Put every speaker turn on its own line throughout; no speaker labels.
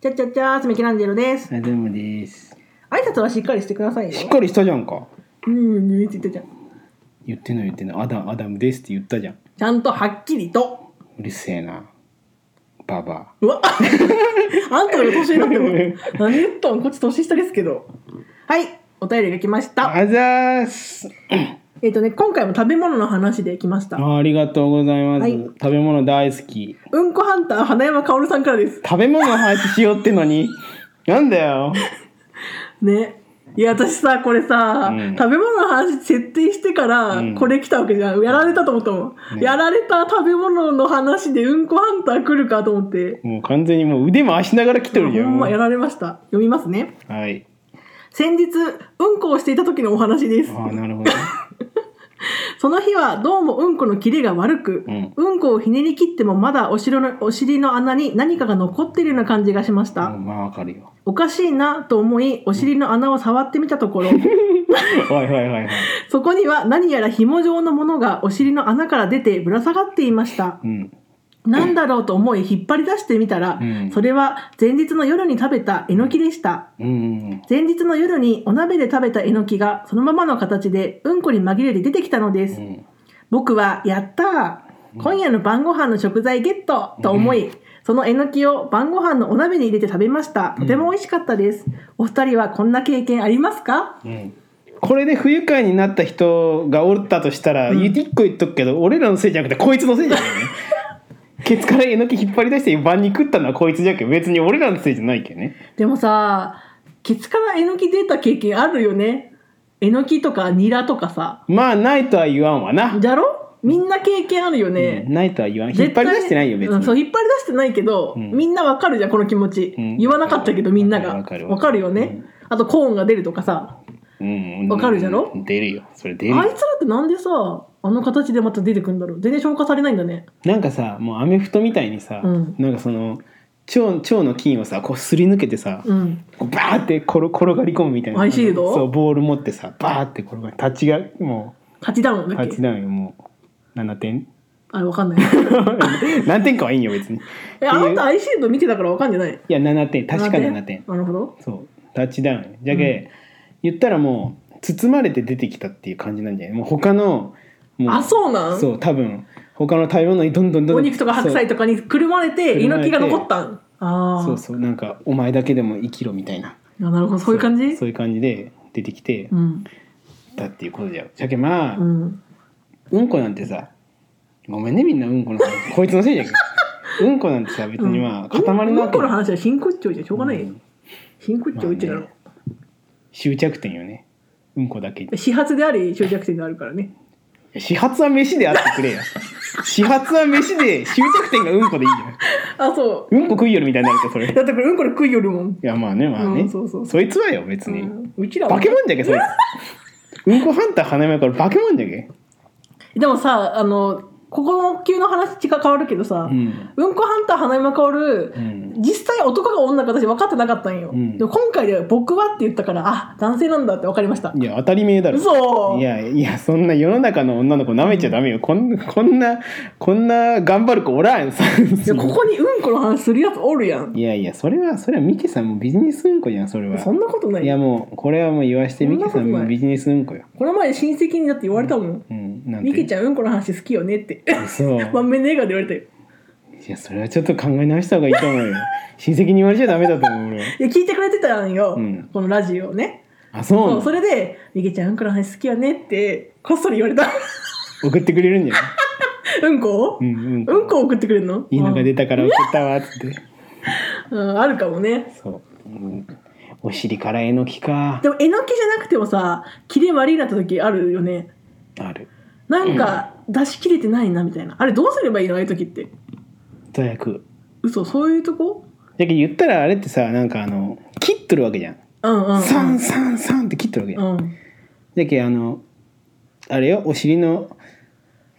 ちゃっちゃっちゃー、爪きらんでるです。
あ、でもです。
挨拶はしっかりしてくださいよ。
しっかりしたじゃんか。
うん、言ってたじゃん。
言ってない言ってない。アダム、アダムですって言ったじゃん。
ちゃんとはっきりと。
うるせえな。ババ
うわ あんたより年上だっても。何言ったんこっち年下ですけど。はい、お便りが来まし
ア。
た。
あざーす。
えっ、とね、今回も食べ物の話で来ました。
あありがとうございます。
はい
食べ物大好き。
うんこハンター、花山薫さんからです。
食べ物の話しようってのに。なんだよ。
ね。いや、私さ、これさ、
うん
食べ物の話設定してから、
うん
これ来たわけじゃん。やられたと思ったもん。
ね
やられた食べ物の話でうんこハンター来るかと思って。
もう完全にもう腕回しながら来てる
ほ
よ。
んまやられました。読みますね。
はい。
先日、うんこをしていた時のお話です。
ああ、なるほど。
その日はどうもうんこのキレが悪く、
う
うんん、こをひねり切ってもまだお城のお尻の穴に何かが残っているような感じがしました。
うんまあわかるよ。
おかしいなと思い、お尻の穴を触ってみたとこ ろ、
はいはいはいはい。
そこには何やら紐状のものがお尻の穴から出てぶら下がっていました
う。ん。
なんだろうと思い引っ張り出してみたら、
うん
それは前日の夜に食べたえのきでした。
うん。
前日の夜にお鍋で食べたえのきがそのままの形でうんこに紛れて出てきたのです
う。ん。
僕は「やったー今夜の晩ご飯の食材ゲット!」と思い、そのえのきを晩ご飯のお鍋に入れて食べましたとても美味しかったです、お二人はこんな経験ありますか
うんこれで不愉快になった人がおったとしたら、一個言っとくけど俺らのせいじゃなくてこいつのせいじ ゃないねケツからえのき引っ張り出して晩に食ったのはこいつじゃけん別に俺らのせいじゃないけどね
でもさケツからえのき出た経験あるよねえのきとかニラとかさ
まあないとは言わんわな、
じゃろみんな経験あるよ
うん
ね、
ないとは言わん引っ
絶
張
対
り出してないよ別に、
うんそう引っ張り出してないけど、
うん
みんなわかるじゃんこの気持ち、
うん
言わなかったけどみんなが
わ
わ
か
か
る
る
わかる
よね、あとコーンが出るとかさ
うんうん
わかるじゃろ
出るよそれ出る
あいつらってなんでさあの形でまた出てくんだろう全然消化されないんだね
なんかさもうアメフトみたいにさ、
うん
なんかその腸腸の菌をさこうすり抜けてさ、
うん
こうバーって転転がり込むみたいな
アイシールド
そうボール持ってさバーって転がり立ちがもう
8ダウンだっけ
8ダウンよもう7点
あれわかんない
何点かはいいんよ別にい
えあなたアイシールド見てたからわかんじゃない
や7点確か
な
7
んで
点
なるほど
そうタッチダウンじゃけ、言ったらもう包まれて出てきたっていう感じなんじゃないもう他のも
あそうなん
そう多分他の食べ物にどんどんどんどん
お肉とか白菜とかにくるまれて
くるまれて
猪木が残ったんああ
そうそうそうなんかお前だけでも生きろみたいな
あなるほどそういう感じ
そういう感じで出てきて
うん
たっていうことじゃんじゃけまあ、
う
うん、
ん
こなんてさごめんねみんなうんこの話こいつのせいじゃんうんこなんてさ別にまあ塊なわけ
うんうんこの
ない
話は真骨頂じゃしょうがないよ
ん
真骨頂うちら
ま
の
あね終着点よねうんこだけ
始発であり終着点であるからね
始発は飯であってくれよ始発は飯で終着点がうんこでいいよ
あそう
うんこ食いよるみたいになるけどそれい
だってこれうんこで食いよるもん
やまあねまあね、
うんそうそう
いつはよ別に、
うんうちらは
化け物じゃけそいつうんこハンター花嫁から化け物じゃけ
でもさあのここの級の話違う変わるけどさ、
う
うんん、こハンター花山薫、
うん
実際男か女か私分かってなかったんよ、
うん
でも今回で僕はって言ったからあ男性なんだって分かりました
いや当たり前だろ
嘘
いやいやそんな世の中の女の子舐めちゃダメよ、こんこんなこんな頑張る子おらんさ
いやここにうんこの話するやつおるやん
いやいやそれはそれはミケさんもビジネスうんこじゃんそれは
そんなことない
いやもうこれはもう言わして
そ
ミ
んな
ケ
こ
さ
とない
んもビジネスうんこよ。
この前親戚にだって言われたもん
うん、な
「
んて
ミケちゃんうんこの話好きよね」って
そう。
満面の笑顔で言われたよ
いやそれはちょっと考え直した方がいい と思うよ。親戚に言われちゃダメだと思う俺は。
いや聞いてくれてたんよ、
うん
このラジオをね
あそうな
そ
の
うそれで「ミケちゃんうんこの話好きよね」ってこっそり言われ た
送ってくれるんじゃない？
うんこを
うんうんこ。
うんこ送ってくれるの
いいのが出たから送ったわっつって。
うん、あるかもね
そう。うんお尻からえのきか。
でもえのきじゃなくてもさ切れ悪いなった時あるよね
ある。
なんか出し切れてないなみたいなあれどうすればいいのああいう時って
最悪。
嘘そういうとこ
だけど言ったらあれってさなんかあの切っとるわけじゃん。
うんうん
サンサンサンって切っとるわけじゃん。
うん
だけあのあれよお尻の、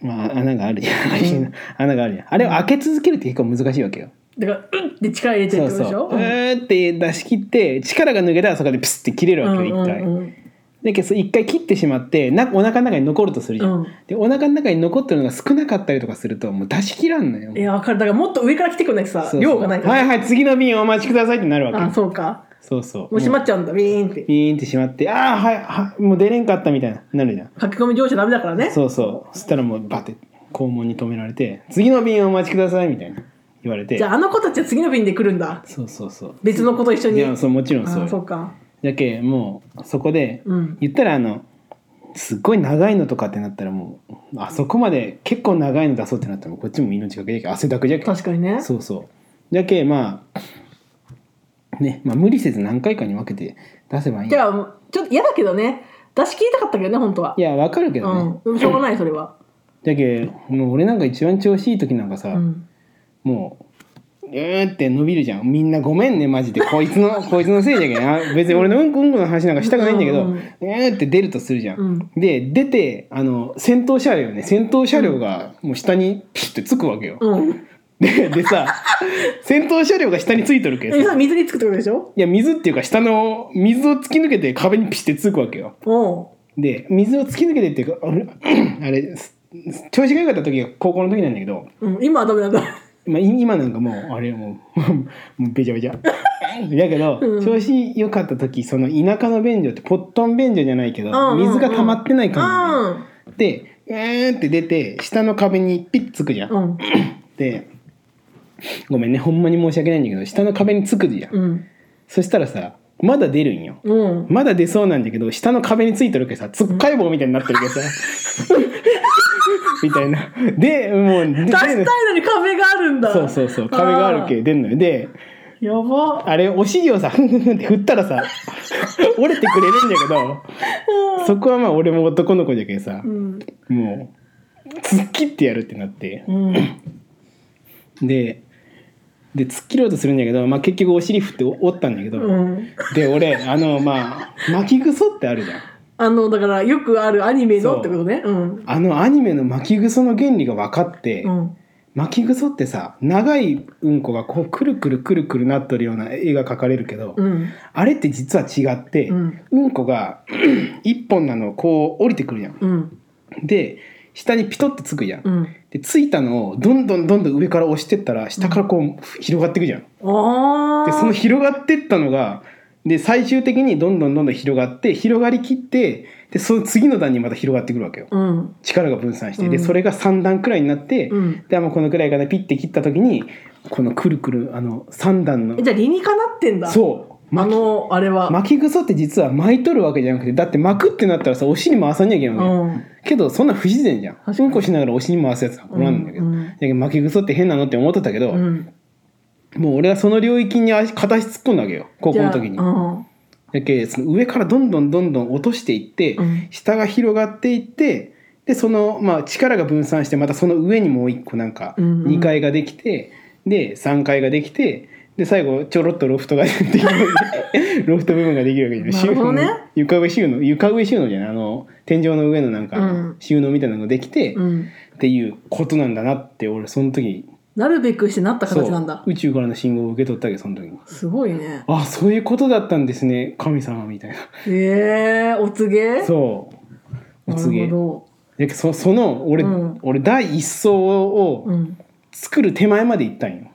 まあ、穴があるじゃんお尻の穴があるじゃんあれを開け続けるって結構難しいわけよ
だから「うん」って力入れちゃ
そ
ってこと
ううそ
でしょ
ううーって出し切って力が抜けたらそこでピスって切れるわけよ一
うんうん
回
うん
だけどそう一回切ってしまってなお腹の中に残るとするじゃん、
うん
でお腹の中に残ってるのが少なかったりとかするともう出し切らんのよ
いやわかるだからもっと上から来てくんないとさ
そうそう
量がないから、
はいはい次の便お待ちくださいってなるわけ
あそうか
そうそう
もう閉まっちゃうんだビーンって
ビーンってしまってああはいはいもう出れんかったみたいななるじゃん
書き込み乗車ダメだからね
そうそうそしたらもうバテ肛門に止められて「次の便お待ちください」みたいな言われて
じゃああの子たちは次の便で来るんだ
そうそうそう
別の子と一緒
い
に
やそうもちろんそう
あ
よ
そうか
だけもうそこで、
うん
言ったらあのすっごい長いのとかってなったらもうあそこまで結構長いの出そうってなったらもうこっちも命がけじゃけ汗だくじゃけ
確かにね
そうそうだけまあねまあ無理せず何回かに分けて出せばいい
じゃあちょっと嫌だけどね出し切りたかったけどね本当はい
やわかるけどね、
うんしょうがないそれは、
だけもう俺なんか一番調子いい時なんかさ、
うん、
もううーって伸びるじゃんみんなごめんねマジでこいつ のこいつのせいじゃけんな別に俺のうんこうんこの話なんかしたくないんだけど、
う
うんーって出るとするじゃん、
うん
で出てあの先頭車両ね先頭車両がもう下にピッてつくわけよ、
うん
ででさ先頭車両が下についとるけど
えそ
さ
れ水につくってことでしょ
いや水っていうか下の水を突き抜けて壁にピッてつくわけよ
おう
で水を突き抜けてっていうかあれ あれす調子が良かった時が高校の時なんだけど、
うん、今はダメなんだ。
まあ、い今なんかもうあれもう もうべちゃべ ちゃだけど、
うん
調子良かった時その田舎の便所ってポットン便所じゃないけど、
うん
水が溜まってない感
うん。
じで、でうーんって出て下の壁にピッつくじゃん、
うん。
でごめんねほんまに申し訳ないんだけど下の壁につくじゃん、
うん。
そしたらさまだ出るんよ
うん。
まだ出そうなんだけど下の壁についてるけどさつっかい棒みたいになってるけどさ みたいなでもう
出したいのに壁があるんだ。
そうそうそう壁があるけ出んのよで
あー。やば。
あれお尻をさふんふんふんって振ったら さ折れてくれるんだけどそこはまあ俺も男の子じゃけんさ
うん。
もう突っ切ってやるってなって
うん。
でで突っ切ろうとするんだけど、まあ、結局お尻振って折ったんだけど、
うん。
で俺あのまあ巻き草ってあるじゃん
あの、だから、よくあるアニメ
そう
のってことね。うん。
あのアニメの巻きぐその原理が分かって、
うん。
巻きぐそってさ長いうんこがこうくるくるくるくるなっとるような絵が描かれるけど、
うん。
あれって実は違って、
う
うんん、こが 一本なのをこう降りてくるやん。
うん。
で下にピトってつくやん。
うん。
でついたのをどんどんどんどん上から押してったら下からこう広がっていくじゃん。
ああ。
でその広がってったのがで最終的にどんどんどんどん広がって広がりきってでその次の段にまた広がってくるわけよ。
うん。
力が分散して、で
うん
それが3段くらいになって、
うん。
でもうこのくらいかなピッて切った時にこのくるくるあの3段の
えじゃあ、理にかなってんだ。う。
そう
あ
巻き
の、あれは。
巻きぐそって実は巻いとるわけじゃなくてだって巻くってなったらさお尻回さなきゃいけ
う
ないわ
ん。
けけどそんな不自然じゃん
確かに
うんこしながらお尻回すやつはこれなんだけど、
うん
だけど巻きぐそって変なのって思ってたけど、
うん。
もう俺はその領域に足片足突っ込んだわけよ高校の時に
じゃあうん。
だけどその上からどんどんどんどん落としていって、
うん
下が広がっていってでその、まあ、力が分散してまたその上にもう一個なんか
うんうん
2階ができて、で3階ができてで最後ちょろっとロフトができて ロフト部分ができるわけです
なるほどね
床上収納床上収納じゃないあの天井の上のなんか
うん
収納みたいなのができて、
う
っ
ん。
ていうことなんだなって俺その時
なるべくしてなった
そう
形なんだ。
宇宙からの信号を受け取ったわけその時に。
すごいね。
あそういうことだったんですね神様みたいな。
ええお告げ
そう。お告
な
げ
る。ほ
でそその俺、
うん
俺第一層
ど。う
を
ん。
作る手前まで行ったんよ。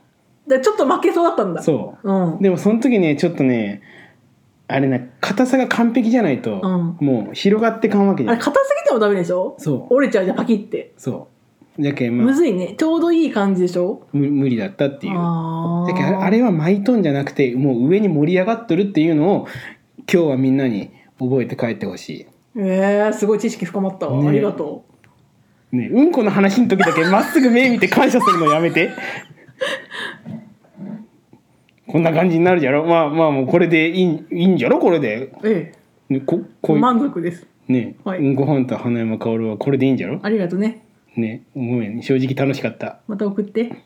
でちょっと負けそうだったんだ。。
そう
ん
う。。でもその時ねちょっとねあれな硬さが完璧じゃないと、
う
もう広がってかんわけじ
あ
ゃ
れ
ん。
硬すぎてもダメでしょ
そう
折れちゃうじゃんパキって、
そう。じゃけんま
む
あ
ずいねちょうどいい感じでしょ
む無理だったっていう。
あ
だけ
ー
どあれは巻いとんじゃなくてもう上に盛り上がっとるっていうのを今日はみんなに覚えて帰ってほし
えー、すごい知識深まったわ、
ね
ありがと
い。ねうんこの話の時だけまっすぐ目見て感謝するのやめて。こんな感じになるじゃろまあまあもうこれでいいんいいんじゃろこれで。
うえ
ね、こ
え
こういう
満足です
ね、
はい
うんこハンター花山薫はこれでいいんじゃろ
ありがとね
ねごめん正直楽しかった。
また送って